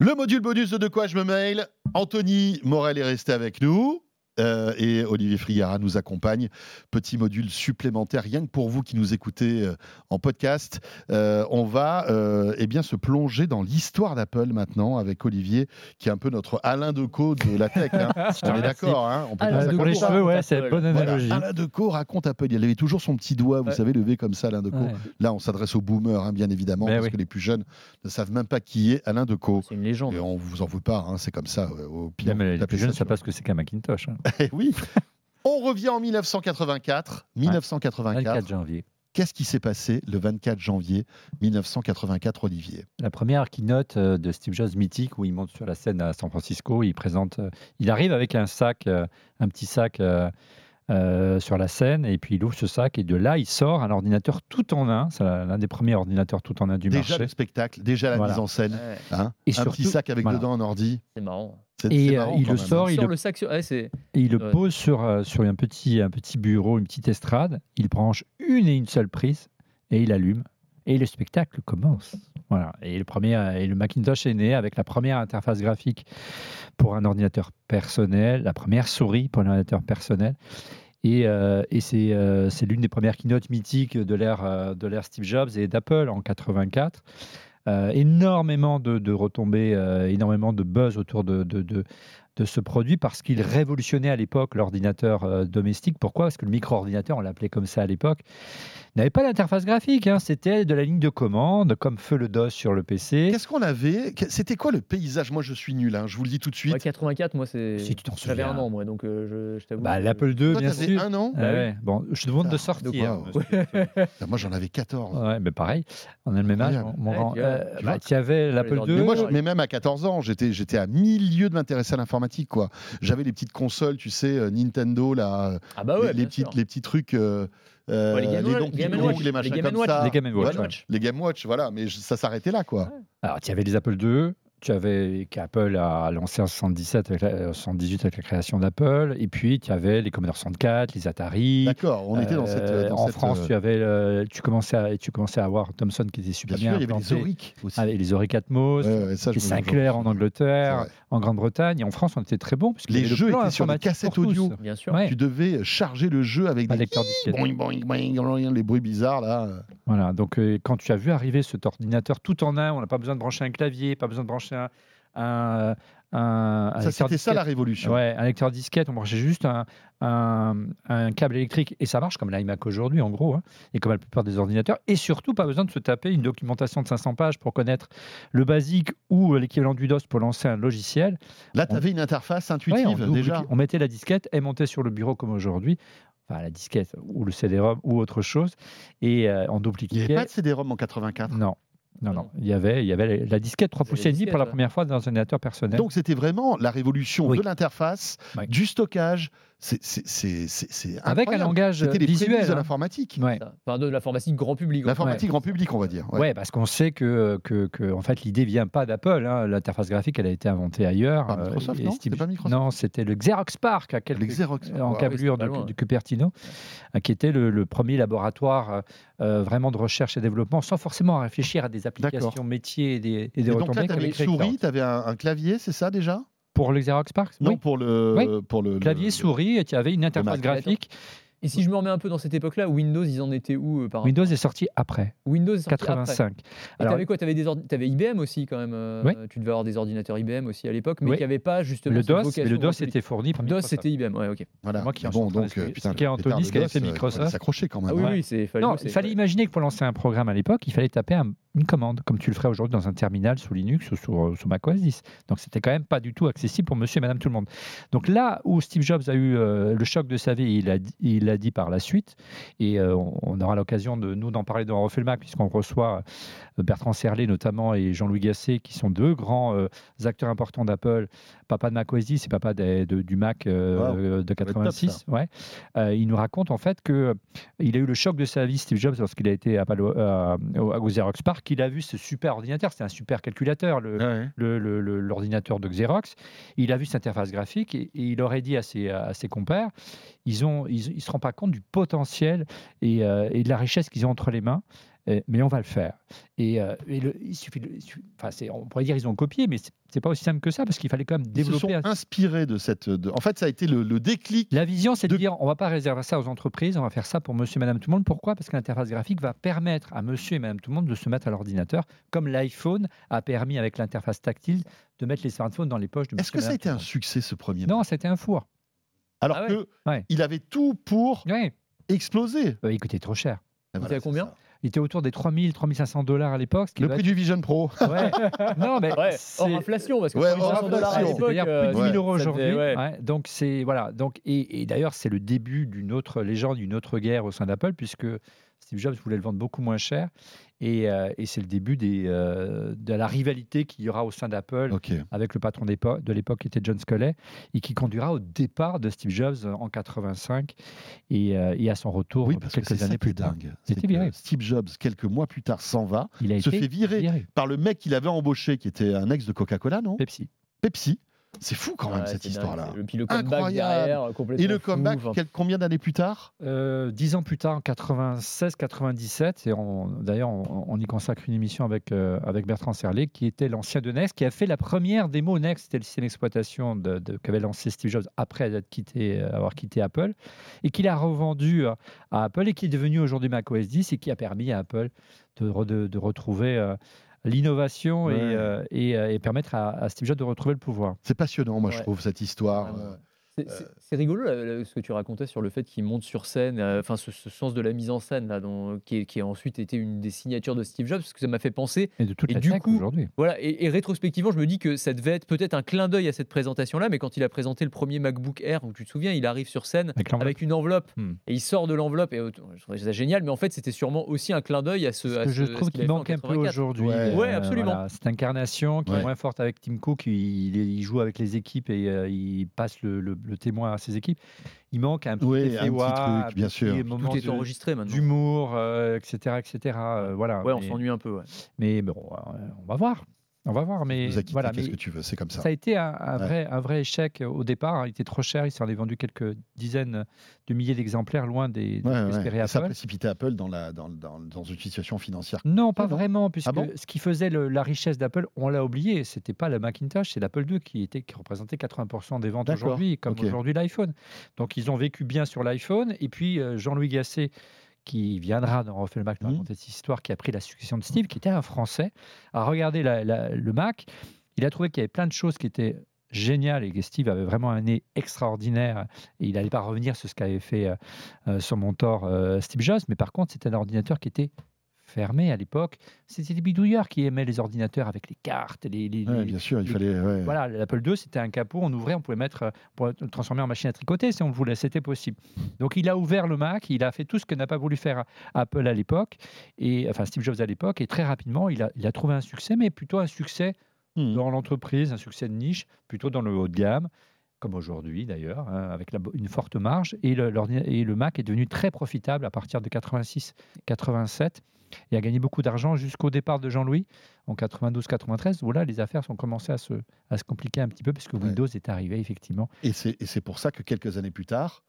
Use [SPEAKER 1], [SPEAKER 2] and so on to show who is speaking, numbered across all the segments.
[SPEAKER 1] Le module bonus de De quoi je me mail. Anthony Morel est resté avec nous. euh, et Olivier Friara nous accompagne. Petit module supplémentaire, rien que pour vous qui nous écoutez euh, en podcast. Euh, on va euh, eh bien, se plonger dans l'histoire d'Apple maintenant avec Olivier, qui est un peu notre Alain Decaux de la tech. hein. on
[SPEAKER 2] Ah,
[SPEAKER 1] est d'accord, hein, on peut
[SPEAKER 3] Alain
[SPEAKER 1] dire ça
[SPEAKER 2] Pour
[SPEAKER 3] Decaux,
[SPEAKER 1] comme
[SPEAKER 2] les
[SPEAKER 1] ça.
[SPEAKER 2] cheveux, ouais,
[SPEAKER 3] Apple.
[SPEAKER 2] c'est bonne
[SPEAKER 1] Voilà, Ah,
[SPEAKER 2] analogie.
[SPEAKER 1] Alain Decaux raconte Apple. Il avait toujours son petit doigt, vous
[SPEAKER 3] Ouais.
[SPEAKER 1] savez, levé comme ça, Alain Decaux.
[SPEAKER 2] Ouais.
[SPEAKER 1] Là, on s'adresse aux boomers, hein, bien évidemment,
[SPEAKER 2] Ben
[SPEAKER 1] parce
[SPEAKER 2] oui.
[SPEAKER 1] que les plus jeunes ne savent même pas qui est Alain Decaux.
[SPEAKER 3] C'est une légende.
[SPEAKER 1] Et on vous en veut pas, hein, c'est comme ça. euh, Au pire,
[SPEAKER 2] Non, mais
[SPEAKER 1] vous
[SPEAKER 2] les
[SPEAKER 1] tapez
[SPEAKER 2] plus jeunes,
[SPEAKER 1] sur-
[SPEAKER 2] ça passe que c'est qu'un Macintosh. hein.
[SPEAKER 1] Eh oui. On revient en 1984.
[SPEAKER 2] 24
[SPEAKER 1] 1984.
[SPEAKER 2] janvier.
[SPEAKER 1] Qu'est-ce qui s'est passé le 24 janvier 1984, Olivier
[SPEAKER 2] La première keynote euh, de Steve Jobs mythique où il monte sur la scène à San Francisco, il présente, euh, il arrive avec un sac, euh, un petit sac euh, euh, sur la scène et puis il ouvre ce sac et de là il sort un ordinateur tout en un, c'est la- l'un des premiers ordinateurs tout en un du
[SPEAKER 1] Déjà le
[SPEAKER 2] marché.
[SPEAKER 1] spectacle, déjà la
[SPEAKER 2] Voilà.
[SPEAKER 1] mise en scène.
[SPEAKER 3] Ouais,
[SPEAKER 1] hein.
[SPEAKER 2] Et
[SPEAKER 1] un
[SPEAKER 2] surtout-
[SPEAKER 1] petit sac avec
[SPEAKER 2] voilà.
[SPEAKER 1] dedans un ordi.
[SPEAKER 3] c'est marrant.
[SPEAKER 1] C'est- c'est
[SPEAKER 2] Et euh,
[SPEAKER 1] marrant
[SPEAKER 2] il
[SPEAKER 1] quand
[SPEAKER 2] le
[SPEAKER 1] même, hein.
[SPEAKER 2] sort,
[SPEAKER 3] Sur
[SPEAKER 2] il le
[SPEAKER 3] le sac, sur- ouais, c'est
[SPEAKER 2] Et il le
[SPEAKER 3] Ouais.
[SPEAKER 2] pose sur, euh, sur un, petit, un petit bureau, une petite estrade. Il branche une et une seule prise et il allume. Et le spectacle commence. Voilà. Et le, premier, euh, et le Macintosh est né avec la première interface graphique pour un ordinateur personnel, la première souris pour un ordinateur personnel. Et, euh, et c'est euh, c'est l'une des premières keynotes mythiques de l'ère euh, de l'ère Steve Jobs et d'Apple en 84. Euh, énormément de, de retombées, euh, énormément de buzz autour de, de- de- de ce produit parce qu'il révolutionnait à l'époque l'ordinateur euh, domestique. Pourquoi Parce que le micro-ordinateur, on l'appelait comme ça à l'époque, n'avait pas d'interface graphique. hein. C'était de la ligne de commande, comme feu le DOS sur le PC.
[SPEAKER 1] Qu'est-ce qu'on avait Qu- C'était quoi le paysage Moi, je suis nul, hein, je vous le dis tout de suite.
[SPEAKER 3] ouais, 84, moi c'est.
[SPEAKER 2] Si tu t'en
[SPEAKER 3] J'avais
[SPEAKER 2] souviens.
[SPEAKER 3] un an, moi, donc euh, je, je t'avoue.
[SPEAKER 2] Bah,
[SPEAKER 3] que-
[SPEAKER 2] L'Apple 2,
[SPEAKER 1] Toi,
[SPEAKER 2] bien
[SPEAKER 1] t'avais
[SPEAKER 2] sûr.
[SPEAKER 1] un an
[SPEAKER 3] Bah
[SPEAKER 2] Ah ouais, Bon, je te demande de sortir.
[SPEAKER 1] waouh.
[SPEAKER 2] monsieur.
[SPEAKER 1] Putain, Moi, j'en avais 14.
[SPEAKER 2] Ouais, mais pareil, on a le même âge.
[SPEAKER 1] Incroyable.
[SPEAKER 2] mon
[SPEAKER 3] Ouais,
[SPEAKER 2] grand-
[SPEAKER 3] Eh, tu vois,
[SPEAKER 2] euh,
[SPEAKER 3] tu
[SPEAKER 2] bah,
[SPEAKER 3] vois,
[SPEAKER 2] tu avais
[SPEAKER 3] les
[SPEAKER 2] l'Apple
[SPEAKER 3] ordinateurs.
[SPEAKER 2] 2.
[SPEAKER 1] Mais moi, je-
[SPEAKER 3] Ouais.
[SPEAKER 1] mais même à 14 ans, j'étais, j'étais à milieu de m'intéresser à l'informatique, quoi. J'avais les petites consoles, tu sais, euh, Nintendo, là, euh,
[SPEAKER 3] Ah bah ouais,
[SPEAKER 1] les, les
[SPEAKER 3] bien
[SPEAKER 1] petites,
[SPEAKER 3] sûr.
[SPEAKER 1] les petits trucs, euh, euh,
[SPEAKER 3] Ouais, les Game
[SPEAKER 1] les
[SPEAKER 3] Watch-
[SPEAKER 1] Donkey
[SPEAKER 3] Game
[SPEAKER 1] Kong,
[SPEAKER 3] Watch,
[SPEAKER 1] les
[SPEAKER 3] les
[SPEAKER 1] machins
[SPEAKER 3] Game
[SPEAKER 1] comme
[SPEAKER 3] Watch,
[SPEAKER 1] ça,
[SPEAKER 2] Les Game Watch.
[SPEAKER 1] Voilà.
[SPEAKER 2] ouais.
[SPEAKER 1] les Game Watch, voilà, mais je- ça s'arrêtait là, quoi.
[SPEAKER 2] Alors, tu avais les Apple II, tu avais qu'Apple a lancé en 77 avec la- euh, 78 avec la création d'Apple, et puis tu avais les Commodore 64, les Atari.
[SPEAKER 1] D'accord, on était dans cette.
[SPEAKER 2] Euh,
[SPEAKER 1] dans
[SPEAKER 2] en
[SPEAKER 1] cette,
[SPEAKER 2] France,
[SPEAKER 1] euh,
[SPEAKER 2] tu avais, euh, tu commençais, à, tu commençais à avoir Thomson qui était
[SPEAKER 1] bien
[SPEAKER 2] super
[SPEAKER 1] sûr, il y avait les
[SPEAKER 2] implanté.
[SPEAKER 1] Auric aussi.
[SPEAKER 2] Ah, et les Oreca Atmos,
[SPEAKER 1] Ouais, ouais, ça, je
[SPEAKER 2] les
[SPEAKER 1] me souviens.
[SPEAKER 2] Sinclair en Angleterre,
[SPEAKER 1] C'est vrai.
[SPEAKER 2] en Grande-Bretagne, et en France, on était très bons puisqu'il y
[SPEAKER 1] Les
[SPEAKER 2] avait le
[SPEAKER 1] jeux
[SPEAKER 2] plan
[SPEAKER 1] étaient sur des
[SPEAKER 2] informatique pour
[SPEAKER 1] cassettes audio.
[SPEAKER 2] tous.
[SPEAKER 3] Bien sûr.
[SPEAKER 2] Ouais,
[SPEAKER 1] Tu devais charger le jeu avec
[SPEAKER 2] pas de
[SPEAKER 1] des.
[SPEAKER 2] lecteur disquette.
[SPEAKER 1] Boing, boing, boing, boing, les bruits bizarres, là.
[SPEAKER 2] Voilà, donc euh, quand tu as vu arriver cet ordinateur tout en un, on n'a pas besoin de brancher un clavier, pas besoin de brancher un. un, un- un
[SPEAKER 1] Ça,
[SPEAKER 2] lecteur
[SPEAKER 1] c'était ça la
[SPEAKER 2] disquette.
[SPEAKER 1] révolution.
[SPEAKER 2] Ah, Ouais, un lecteur disquette, on branchait juste un, un, un câble électrique et ça marche comme l'iMac aujourd'hui en gros, hein, et comme la plupart des ordinateurs. Et surtout, pas besoin de se taper une documentation de 500 pages pour connaître le basique ou l'équivalent du DOS pour lancer un logiciel.
[SPEAKER 1] Là, tu avais une interface
[SPEAKER 2] Ouais,
[SPEAKER 1] intuitive,
[SPEAKER 2] on, double-
[SPEAKER 1] déjà.
[SPEAKER 2] on mettait la disquette, elle montait sur le bureau comme aujourd'hui, enfin la disquette ou le CD-ROM ou autre chose, et euh,
[SPEAKER 1] Il
[SPEAKER 2] on
[SPEAKER 1] n'y
[SPEAKER 2] dupliquait.
[SPEAKER 1] avait pas de CD-ROM en 84.
[SPEAKER 2] Non. Non,
[SPEAKER 3] Ah
[SPEAKER 2] non,
[SPEAKER 3] non.
[SPEAKER 2] il y avait, il y avait la- la disquette 3
[SPEAKER 3] Il y avait
[SPEAKER 2] pouces
[SPEAKER 3] la
[SPEAKER 2] et demi pour
[SPEAKER 3] disquette,
[SPEAKER 2] la
[SPEAKER 3] ouais.
[SPEAKER 2] première fois dans un ordinateur personnel.
[SPEAKER 1] Donc c'était vraiment la révolution
[SPEAKER 2] Oui.
[SPEAKER 1] de l'interface,
[SPEAKER 2] Ouais.
[SPEAKER 1] du stockage. C'est c'est- c'est- c'est- c'est
[SPEAKER 2] avec un
[SPEAKER 1] incroyable.
[SPEAKER 2] langage
[SPEAKER 1] C'était les prémices
[SPEAKER 2] visuel.
[SPEAKER 1] de
[SPEAKER 2] hein.
[SPEAKER 1] l'informatique.
[SPEAKER 2] Ouais.
[SPEAKER 3] Ça. Enfin, de l'informatique grand public. en fait.
[SPEAKER 1] L'informatique grand public, on va dire.
[SPEAKER 2] Ouais, parce qu'on sait que, que, que, en fait, l'idée vient pas d'Apple. hein. L'interface graphique, elle a été inventée ailleurs.
[SPEAKER 1] Par
[SPEAKER 2] euh,
[SPEAKER 1] Microsoft,
[SPEAKER 2] et
[SPEAKER 1] non C'était pas Microsoft
[SPEAKER 2] Non, c'était le Xerox Park à quelques
[SPEAKER 1] Les Xerox.
[SPEAKER 2] en
[SPEAKER 1] Wow.
[SPEAKER 2] câblure
[SPEAKER 3] c'est pas
[SPEAKER 2] de-
[SPEAKER 3] loin,
[SPEAKER 2] de,
[SPEAKER 3] ouais.
[SPEAKER 2] Cupertino, euh, qui était le, le premier laboratoire euh, euh, vraiment de recherche et développement, sans forcément réfléchir à des applications métiers et des, et des
[SPEAKER 1] Et donc là,
[SPEAKER 2] retombées.
[SPEAKER 1] tu
[SPEAKER 2] comme
[SPEAKER 1] avais
[SPEAKER 2] les
[SPEAKER 1] une
[SPEAKER 2] créateurs.
[SPEAKER 1] souris, tu avais un, un clavier, c'est ça déjà
[SPEAKER 2] Pour le Xerox Park
[SPEAKER 1] Non,
[SPEAKER 2] Oui.
[SPEAKER 1] pour le,
[SPEAKER 2] Oui.
[SPEAKER 1] pour le le-
[SPEAKER 2] Clavier,
[SPEAKER 1] le-
[SPEAKER 2] souris, et tu avais une interface
[SPEAKER 1] Mac.
[SPEAKER 2] graphique.
[SPEAKER 3] Et si je me remets un peu dans cette époque-là, Windows, ils en étaient où euh, par
[SPEAKER 2] Windows est sorti après,
[SPEAKER 3] Windows est sorti après.
[SPEAKER 2] 85.
[SPEAKER 3] Et
[SPEAKER 2] Alors,
[SPEAKER 3] t'avais quoi T'avais des ordi- t'avais IBM aussi quand même. euh,
[SPEAKER 2] Oui.
[SPEAKER 3] Tu devais avoir des ordinateurs IBM aussi à l'époque, mais
[SPEAKER 2] Oui.
[SPEAKER 3] qui n'avaient pas justement.
[SPEAKER 2] le
[SPEAKER 3] cette
[SPEAKER 2] DOS,
[SPEAKER 3] vocation
[SPEAKER 2] mais le
[SPEAKER 3] grand
[SPEAKER 2] DOS
[SPEAKER 3] public.
[SPEAKER 2] était fourni par
[SPEAKER 3] DOS,
[SPEAKER 2] Microsoft.
[SPEAKER 3] c'était IBM. Ouais, ok.
[SPEAKER 1] Voilà.
[SPEAKER 2] Moi qui
[SPEAKER 1] Mais
[SPEAKER 2] en
[SPEAKER 1] bon,
[SPEAKER 2] suis en train
[SPEAKER 1] donc, euh,
[SPEAKER 2] d'expliquer.
[SPEAKER 1] putain,
[SPEAKER 2] C'est Anthony,
[SPEAKER 1] pétard de
[SPEAKER 2] ce qu'avait
[SPEAKER 1] gosse,
[SPEAKER 2] fait
[SPEAKER 1] euh, il fallait
[SPEAKER 2] Microsoft.
[SPEAKER 1] s'accrocher quand même.
[SPEAKER 3] Ah oui,
[SPEAKER 2] Ouais.
[SPEAKER 3] oui, c'est. fallait
[SPEAKER 2] Non,
[SPEAKER 3] bosser,
[SPEAKER 2] il fallait
[SPEAKER 3] ouais.
[SPEAKER 2] imaginer que pour lancer un programme à l'époque, il fallait taper un- une commande, comme tu le ferais aujourd'hui dans un terminal sous Linux ou euh, sous, sous Mac OS X. Donc c'était quand même pas du tout accessible pour monsieur et madame tout le monde. Donc là où Steve Jobs a eu euh, le choc de sa vie, il l'a dit- il l'a dit par la suite, et euh, on, on aura l'occasion de nous d'en parler dans Refait le Mac, puisqu'on reçoit euh, Bertrand Serlet notamment et Jean-Louis Gasset, qui sont deux grands euh, acteurs importants d'Apple, papa de Mac OS X et papa des- de- du Mac euh,
[SPEAKER 1] va
[SPEAKER 2] de
[SPEAKER 1] être top,
[SPEAKER 2] 86. ouais. Euh, il nous raconte en fait que il a eu le choc de sa vie, Steve Jobs, lorsqu'il a été à Palo, euh, au au Xerox Park. Il a vu ce super ordinateur, c'était un super calculateur,
[SPEAKER 1] hein.
[SPEAKER 2] le- le- le- le- l'ordinateur de Xerox. Il a vu cette interface graphique et, et il aurait dit à ses, à ses compères ils ne ils, ils se rendent pas compte du potentiel et, euh, et de la richesse qu'ils ont entre les mains. Euh, mais on va le faire. Et, euh, et le- il suffit, de- il suffit- enfin, c'est- on pourrait dire ils ont copié, mais c'est- c'est pas aussi simple que ça parce qu'il fallait quand même
[SPEAKER 1] Ils se
[SPEAKER 2] développer.
[SPEAKER 1] sont
[SPEAKER 2] un-
[SPEAKER 1] inspirés de cette. de- En fait, ça a été le, le déclic.
[SPEAKER 2] La vision, c'est de,
[SPEAKER 1] de-
[SPEAKER 2] dire on va pas réserver ça aux entreprises, on va faire ça pour Monsieur, et Madame tout le monde. Pourquoi Parce que l'interface graphique va permettre à Monsieur et Madame tout le monde de se mettre à l'ordinateur, comme l'iPhone a permis avec l'interface tactile de mettre les smartphones dans les poches de.
[SPEAKER 1] Est-ce
[SPEAKER 2] Monsieur
[SPEAKER 1] que
[SPEAKER 2] et
[SPEAKER 1] ça a
[SPEAKER 2] Madame
[SPEAKER 1] été
[SPEAKER 2] tout le
[SPEAKER 1] un
[SPEAKER 2] monde.
[SPEAKER 1] succès ce premier
[SPEAKER 2] Non, c'était un four.
[SPEAKER 1] Alors
[SPEAKER 3] Ah ouais.
[SPEAKER 1] que
[SPEAKER 2] Ouais.
[SPEAKER 1] il avait tout pour
[SPEAKER 2] Ouais.
[SPEAKER 1] exploser.
[SPEAKER 2] Bah, il coûtait trop cher.
[SPEAKER 1] Et
[SPEAKER 3] était à
[SPEAKER 1] c'est
[SPEAKER 3] combien
[SPEAKER 1] ça.
[SPEAKER 2] Il était autour des 3000, 3500 dollars à l'époque. ce qui
[SPEAKER 1] Le
[SPEAKER 2] doit
[SPEAKER 1] prix du Vision Pro.
[SPEAKER 2] être- Ouais. Non, mais
[SPEAKER 3] Ouais,
[SPEAKER 2] c'est-
[SPEAKER 3] hors inflation, parce que
[SPEAKER 1] Ouais,
[SPEAKER 3] 3500
[SPEAKER 1] hors
[SPEAKER 3] dollars à
[SPEAKER 1] inflation.
[SPEAKER 3] l'époque,
[SPEAKER 2] C'est-à-dire
[SPEAKER 3] euh,
[SPEAKER 2] plus de 10
[SPEAKER 1] ouais,
[SPEAKER 2] 000 euros
[SPEAKER 3] ça faisait-
[SPEAKER 2] aujourd'hui.
[SPEAKER 3] ouais.
[SPEAKER 2] Ouais, donc c'est voilà. Donc et, et d'ailleurs c'est le début d'une autre légende, d'une autre guerre au sein d'Apple puisque Steve Jobs voulait le vendre beaucoup moins cher et, euh, et c'est le début des, euh, de la rivalité qu'il y aura au sein d'Apple
[SPEAKER 1] ok.
[SPEAKER 2] avec le patron d'épo- de l'époque qui était John Sculley et qui conduira au départ de Steve Jobs en 85 et, euh, et à son retour
[SPEAKER 1] Oui, parce que c'est
[SPEAKER 2] quelques
[SPEAKER 1] ça
[SPEAKER 2] années
[SPEAKER 1] qui est
[SPEAKER 2] plus tard.
[SPEAKER 1] dingue.
[SPEAKER 2] C'était
[SPEAKER 1] C'est que
[SPEAKER 2] viré.
[SPEAKER 1] Steve Jobs, quelques mois plus tard, s'en va
[SPEAKER 2] Il a
[SPEAKER 1] se
[SPEAKER 2] été
[SPEAKER 1] fait virer
[SPEAKER 2] viré.
[SPEAKER 1] par le mec qu'il avait embauché, qui était un ex de Coca-Cola, non
[SPEAKER 2] Pepsi.
[SPEAKER 1] Pepsi. C'est fou quand même
[SPEAKER 3] Ouais,
[SPEAKER 1] cette
[SPEAKER 3] c'est dingue,
[SPEAKER 1] histoire-là.
[SPEAKER 3] c'est- Puis le comeback
[SPEAKER 1] Incroyable.
[SPEAKER 3] derrière, euh, complètement.
[SPEAKER 1] Et le
[SPEAKER 3] fou,
[SPEAKER 1] comeback,
[SPEAKER 3] enfin,
[SPEAKER 1] quel- combien d'années plus tard
[SPEAKER 2] Euh, Dix ans plus tard, en 96-97, et on- d'ailleurs on, on y consacre une émission avec, euh, avec Bertrand Serlet, qui était l'ancien de Next, qui a fait la première démo Next, c'était le système d'exploitation de, de- qu'avait lancé Steve Jobs après être quitté, euh, avoir quitté Apple, et qu'il a revendu euh, à Apple, et qui est devenu aujourd'hui macOS 10, et qui a permis à Apple de, re- de- de retrouver euh, l'innovation
[SPEAKER 1] Ouais.
[SPEAKER 2] et, euh, et, euh, et permettre à, à Steve Jobs de retrouver le pouvoir.
[SPEAKER 1] C'est passionnant, moi je
[SPEAKER 3] Ouais.
[SPEAKER 1] trouve cette histoire.
[SPEAKER 3] Vraiment.
[SPEAKER 1] euh,
[SPEAKER 3] C'est- C'est c'est rigolo là, là, ce que tu racontais sur le fait qu'il monte sur scène, euh, enfin ce, ce sens de la mise en scène là, dont- euh, qui, est- qui a ensuite été une des signatures de Steve Jobs, parce que ça m'a fait penser
[SPEAKER 2] Et de toute
[SPEAKER 3] Et
[SPEAKER 2] la
[SPEAKER 3] du
[SPEAKER 2] tech
[SPEAKER 3] coup-
[SPEAKER 2] aujourd'hui.
[SPEAKER 3] Voilà, et, et rétrospectivement, je me dis que ça devait être peut-être un clin d'œil à cette présentation-là, mais quand il a présenté le premier MacBook Air, où tu te souviens, il arrive sur scène
[SPEAKER 2] Avec l'enveloppe.
[SPEAKER 3] avec une enveloppe
[SPEAKER 2] Hmm.
[SPEAKER 3] et il sort de l'enveloppe, et euh, je trouvais ça génial, mais en fait, c'était sûrement aussi un clin d'œil à ce.
[SPEAKER 2] ce
[SPEAKER 3] à
[SPEAKER 2] que je
[SPEAKER 3] ce- à ce
[SPEAKER 2] trouve
[SPEAKER 3] avait
[SPEAKER 2] qu'il
[SPEAKER 3] fait en
[SPEAKER 2] manque un peu
[SPEAKER 3] 84.
[SPEAKER 2] aujourd'hui.
[SPEAKER 1] Ouais.
[SPEAKER 2] Euh,
[SPEAKER 3] Ouais, absolument.
[SPEAKER 2] voilà, cette incarnation qui
[SPEAKER 1] Ouais.
[SPEAKER 2] est moins forte avec Tim Cook, il, il joue avec les équipes et euh, il passe le, le- le témoin à ses équipes. Il manque un petit
[SPEAKER 1] Oui,
[SPEAKER 2] effet
[SPEAKER 1] un petit
[SPEAKER 2] wa,
[SPEAKER 1] truc,
[SPEAKER 2] un
[SPEAKER 1] bien
[SPEAKER 2] petit
[SPEAKER 1] sûr.
[SPEAKER 2] moment
[SPEAKER 3] Tout est
[SPEAKER 2] de-
[SPEAKER 3] enregistré maintenant.
[SPEAKER 2] d'humour, euh, etc., etc. euh, voilà.
[SPEAKER 3] Ouais, on
[SPEAKER 2] mais,
[SPEAKER 3] s'ennuie un peu. ouais.
[SPEAKER 2] mais bon, euh, on va voir, on va voir. Mais
[SPEAKER 1] nous a quittés,
[SPEAKER 2] voilà,
[SPEAKER 1] qu'est-ce
[SPEAKER 2] mais
[SPEAKER 1] que tu veux C'est comme ça.
[SPEAKER 2] ça a été un, un
[SPEAKER 1] Ouais.
[SPEAKER 2] vrai, un vrai échec au départ. hein. Il était trop cher. Il s'en est vendu quelques dizaines de milliers d'exemplaires, loin des,
[SPEAKER 1] Ouais,
[SPEAKER 2] des
[SPEAKER 1] ouais.
[SPEAKER 2] espérés
[SPEAKER 1] Et Ça a
[SPEAKER 2] Apple.
[SPEAKER 1] précipité Apple dans, la, dans, dans- dans une situation financière.
[SPEAKER 2] Non, pas
[SPEAKER 1] non
[SPEAKER 2] vraiment, puisque
[SPEAKER 1] Ah bon
[SPEAKER 2] ce qui faisait le- la richesse d'Apple, on l'a oublié. C'était pas le Macintosh, c'est l'Apple 2 qui était qui représentait 80% des ventes
[SPEAKER 1] D'accord,
[SPEAKER 2] aujourd'hui, comme
[SPEAKER 1] ok.
[SPEAKER 2] aujourd'hui l'iPhone. Donc ils ont vécu bien sur l'iPhone. Et puis euh, Jean-Louis Gasset, qui viendra dans Refait le Mac, nous
[SPEAKER 1] Mhm.
[SPEAKER 2] raconter cette histoire, qui a pris la succession de Steve, qui était un Français, a regardé la- la- le Mac. Il a trouvé qu'il y avait plein de choses qui étaient géniales et que Steve avait vraiment un nez extraordinaire et il n'allait pas revenir sur ce qu'avait fait euh, euh, son mentor euh, Steve Jobs, mais par contre c'était un ordinateur qui était fermé à l'époque. C'était des bidouilleurs qui aimaient les ordinateurs avec les cartes, les, les-
[SPEAKER 1] Ouais,
[SPEAKER 2] les-
[SPEAKER 1] bien sûr, il
[SPEAKER 2] les-
[SPEAKER 1] fallait. ouais.
[SPEAKER 2] voilà, l'Apple II, c'était un capot, on ouvrait, on pouvait mettre, euh, on pouvait le transformer en machine à tricoter si on le voulait, c'était possible. Donc il a ouvert le Mac, il a fait tout ce que n'a pas voulu faire euh, Apple à l'époque, et enfin Steve Jobs à l'époque, et très rapidement, il a, il a trouvé un succès, mais plutôt un succès
[SPEAKER 1] Hmm.
[SPEAKER 2] dans l'entreprise, un succès de niche, plutôt dans le haut de gamme, comme aujourd'hui d'ailleurs, hein, avec la bo- une forte marge. Et le, l'ordi- et le Mac est devenu très profitable à partir de 86-87 et a gagné beaucoup d'argent jusqu'au départ de Jean-Louis en 92-93. Où là, les affaires sont commencées à se, à se compliquer un petit peu puisque
[SPEAKER 1] Ouais.
[SPEAKER 2] Windows est arrivé effectivement.
[SPEAKER 1] Et c'est et c'est pour ça que quelques années plus tard,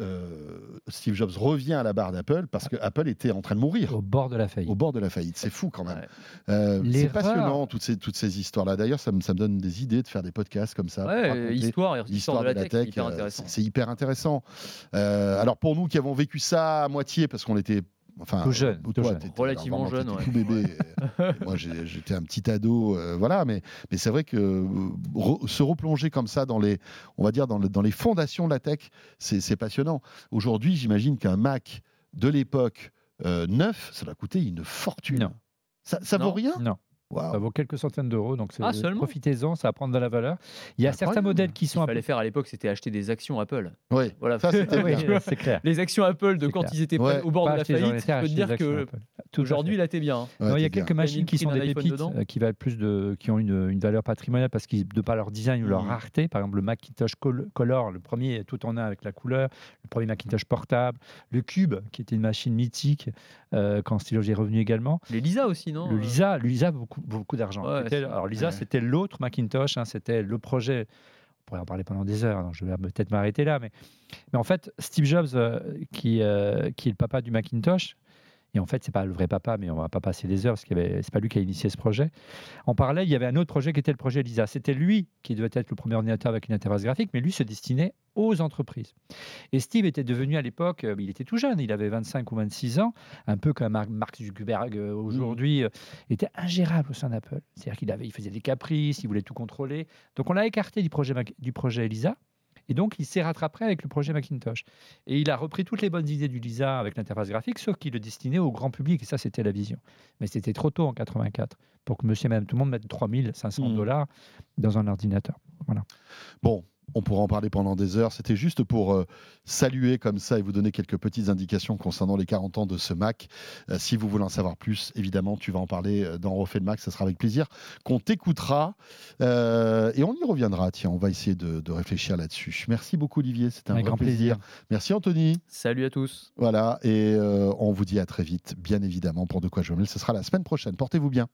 [SPEAKER 1] euh, Steve Jobs revient à la barre d'Apple parce que Apple était en train de mourir.
[SPEAKER 2] Au bord de la faillite.
[SPEAKER 1] Au bord de la faillite, c'est fou quand même.
[SPEAKER 3] Ouais.
[SPEAKER 1] Euh, c'est
[SPEAKER 2] L'erreur.
[SPEAKER 1] passionnant toutes ces, toutes ces histoires-là. D'ailleurs, ça me, ça me donne des idées de faire des podcasts comme ça. pour
[SPEAKER 3] Ouais,
[SPEAKER 1] raconter
[SPEAKER 3] histoire, histoire, de la, tech, c'est hyper
[SPEAKER 1] euh,
[SPEAKER 3] intéressant.
[SPEAKER 1] c'est- c'est hyper intéressant. Euh, alors pour nous qui avons vécu ça à moitié, parce qu'on était... Enfin,
[SPEAKER 2] Tout jeune,
[SPEAKER 1] euh,
[SPEAKER 2] tout
[SPEAKER 1] toi,
[SPEAKER 2] jeune.
[SPEAKER 1] t'étais-
[SPEAKER 3] Relativement
[SPEAKER 1] alors, vraiment,
[SPEAKER 3] jeune,
[SPEAKER 1] t'étais tout bébé. Et Moi, j'ai- j'étais un petit ado, euh, voilà. Mais, mais c'est vrai que euh, re- se replonger comme ça dans les, on va dire dans, le- dans les fondations de la tech, c'est c'est passionnant. Aujourd'hui, j'imagine qu'un Mac de l'époque euh, neuf, ça doit coûter une fortune.
[SPEAKER 2] Non.
[SPEAKER 1] Ça, ça
[SPEAKER 3] Non.
[SPEAKER 1] vaut rien
[SPEAKER 2] Non.
[SPEAKER 1] Waouh.
[SPEAKER 2] Ça vaut quelques centaines d'euros, donc c'est-
[SPEAKER 3] Ah, seulement
[SPEAKER 2] profitez-en, ça va prendre de la valeur. Il y a certains
[SPEAKER 1] Incroyable.
[SPEAKER 2] modèles qui sont
[SPEAKER 3] Il
[SPEAKER 2] un peu-
[SPEAKER 3] fallait faire à l'époque, c'était acheter des actions Apple.
[SPEAKER 1] Oui,
[SPEAKER 3] Voilà.
[SPEAKER 1] ça c'était
[SPEAKER 2] Oui,
[SPEAKER 1] bien.
[SPEAKER 2] c'est clair.
[SPEAKER 3] Les actions Apple de
[SPEAKER 2] C'est
[SPEAKER 3] quand
[SPEAKER 2] clair.
[SPEAKER 3] ils étaient
[SPEAKER 1] Ouais.
[SPEAKER 3] au bord
[SPEAKER 2] Pas
[SPEAKER 3] de la
[SPEAKER 2] acheter des
[SPEAKER 3] faillite,
[SPEAKER 2] ordinateurs,
[SPEAKER 3] je peux te
[SPEAKER 2] acheter des
[SPEAKER 3] dire
[SPEAKER 2] actions
[SPEAKER 3] que
[SPEAKER 2] Apple. Tout à
[SPEAKER 3] aujourd'hui,
[SPEAKER 2] fait.
[SPEAKER 3] là, t'es bien. hein.
[SPEAKER 1] Ouais,
[SPEAKER 2] Non, il y a
[SPEAKER 1] t'es bien.
[SPEAKER 2] quelques machines
[SPEAKER 3] une
[SPEAKER 2] qui
[SPEAKER 3] prime
[SPEAKER 2] sont
[SPEAKER 3] d'un
[SPEAKER 2] des
[SPEAKER 3] iPhone
[SPEAKER 2] pépites,
[SPEAKER 3] dedans.
[SPEAKER 2] euh, qui valent plus de, qui ont une, une valeur patrimoniale parce qu'ils, de par leur design ou leur
[SPEAKER 1] Mhm.
[SPEAKER 2] rareté, par exemple le Macintosh Col- Color, le premier tout en un avec la couleur, le premier Macintosh portable, le Cube qui était une machine mythique euh, quand Stylogy est revenu également,
[SPEAKER 3] Les Lisa aussi, non euh.
[SPEAKER 2] le Lisa, le Lisa beaucoup, beaucoup d'argent.
[SPEAKER 3] Ouais,
[SPEAKER 2] C'était-
[SPEAKER 3] c'est-
[SPEAKER 2] alors Lisa,
[SPEAKER 1] Ouais.
[SPEAKER 2] c'était l'autre Macintosh, hein, c'était le projet. On pourrait en parler pendant des heures, donc je vais peut-être m'arrêter là, mais mais en fait Steve Jobs, euh, qui euh, qui est le papa du Macintosh. Et en fait, c'est pas le vrai papa, mais on va pas passer des heures parce que c'est pas lui qui a initié ce projet. En parallèle, il y avait un autre projet qui était le projet Lisa. C'était lui qui devait être le premier ordinateur avec une interface graphique, mais lui se destinait aux entreprises. Et Steve était devenu à l'époque, euh, il était tout jeune, il avait 25 ou 26 ans, un peu comme Mar- Mark Zuckerberg euh,
[SPEAKER 1] Mm.
[SPEAKER 2] aujourd'hui, euh, était ingérable au sein d'Apple. C'est-à-dire qu'il avait, il faisait des caprices, il voulait tout contrôler. Donc on l'a écarté du projet, Mac- du projet Lisa. Et donc, il s'est rattrapé avec le projet Macintosh. Et il a repris toutes les bonnes idées du Lisa avec l'interface graphique, sauf qu'il le destinait au grand public. Et ça, c'était la vision. Mais c'était trop tôt en 84 pour que monsieur et madame tout le monde mette 3500
[SPEAKER 1] Mm.
[SPEAKER 2] dollars dans un ordinateur.
[SPEAKER 1] Bon, on pourra en parler pendant des heures. C'était juste pour euh, saluer comme ça et vous donner quelques petites indications concernant les 40 ans de ce Mac. Euh, si vous voulez en savoir plus, évidemment, tu vas en parler euh, dans Refait le Mac. Ça sera avec plaisir qu'on t'écoutera. Euh, et on y reviendra. Tiens, on va essayer de, de réfléchir là-dessus. Merci beaucoup, Olivier. C'était un
[SPEAKER 2] Avec
[SPEAKER 1] vrai
[SPEAKER 2] grand plaisir.
[SPEAKER 1] Merci, Anthony.
[SPEAKER 3] Salut à tous.
[SPEAKER 1] Voilà. Et euh, on vous dit à très vite, bien évidemment, pour De quoi je me mêle. Ce sera la semaine prochaine. Portez-vous bien.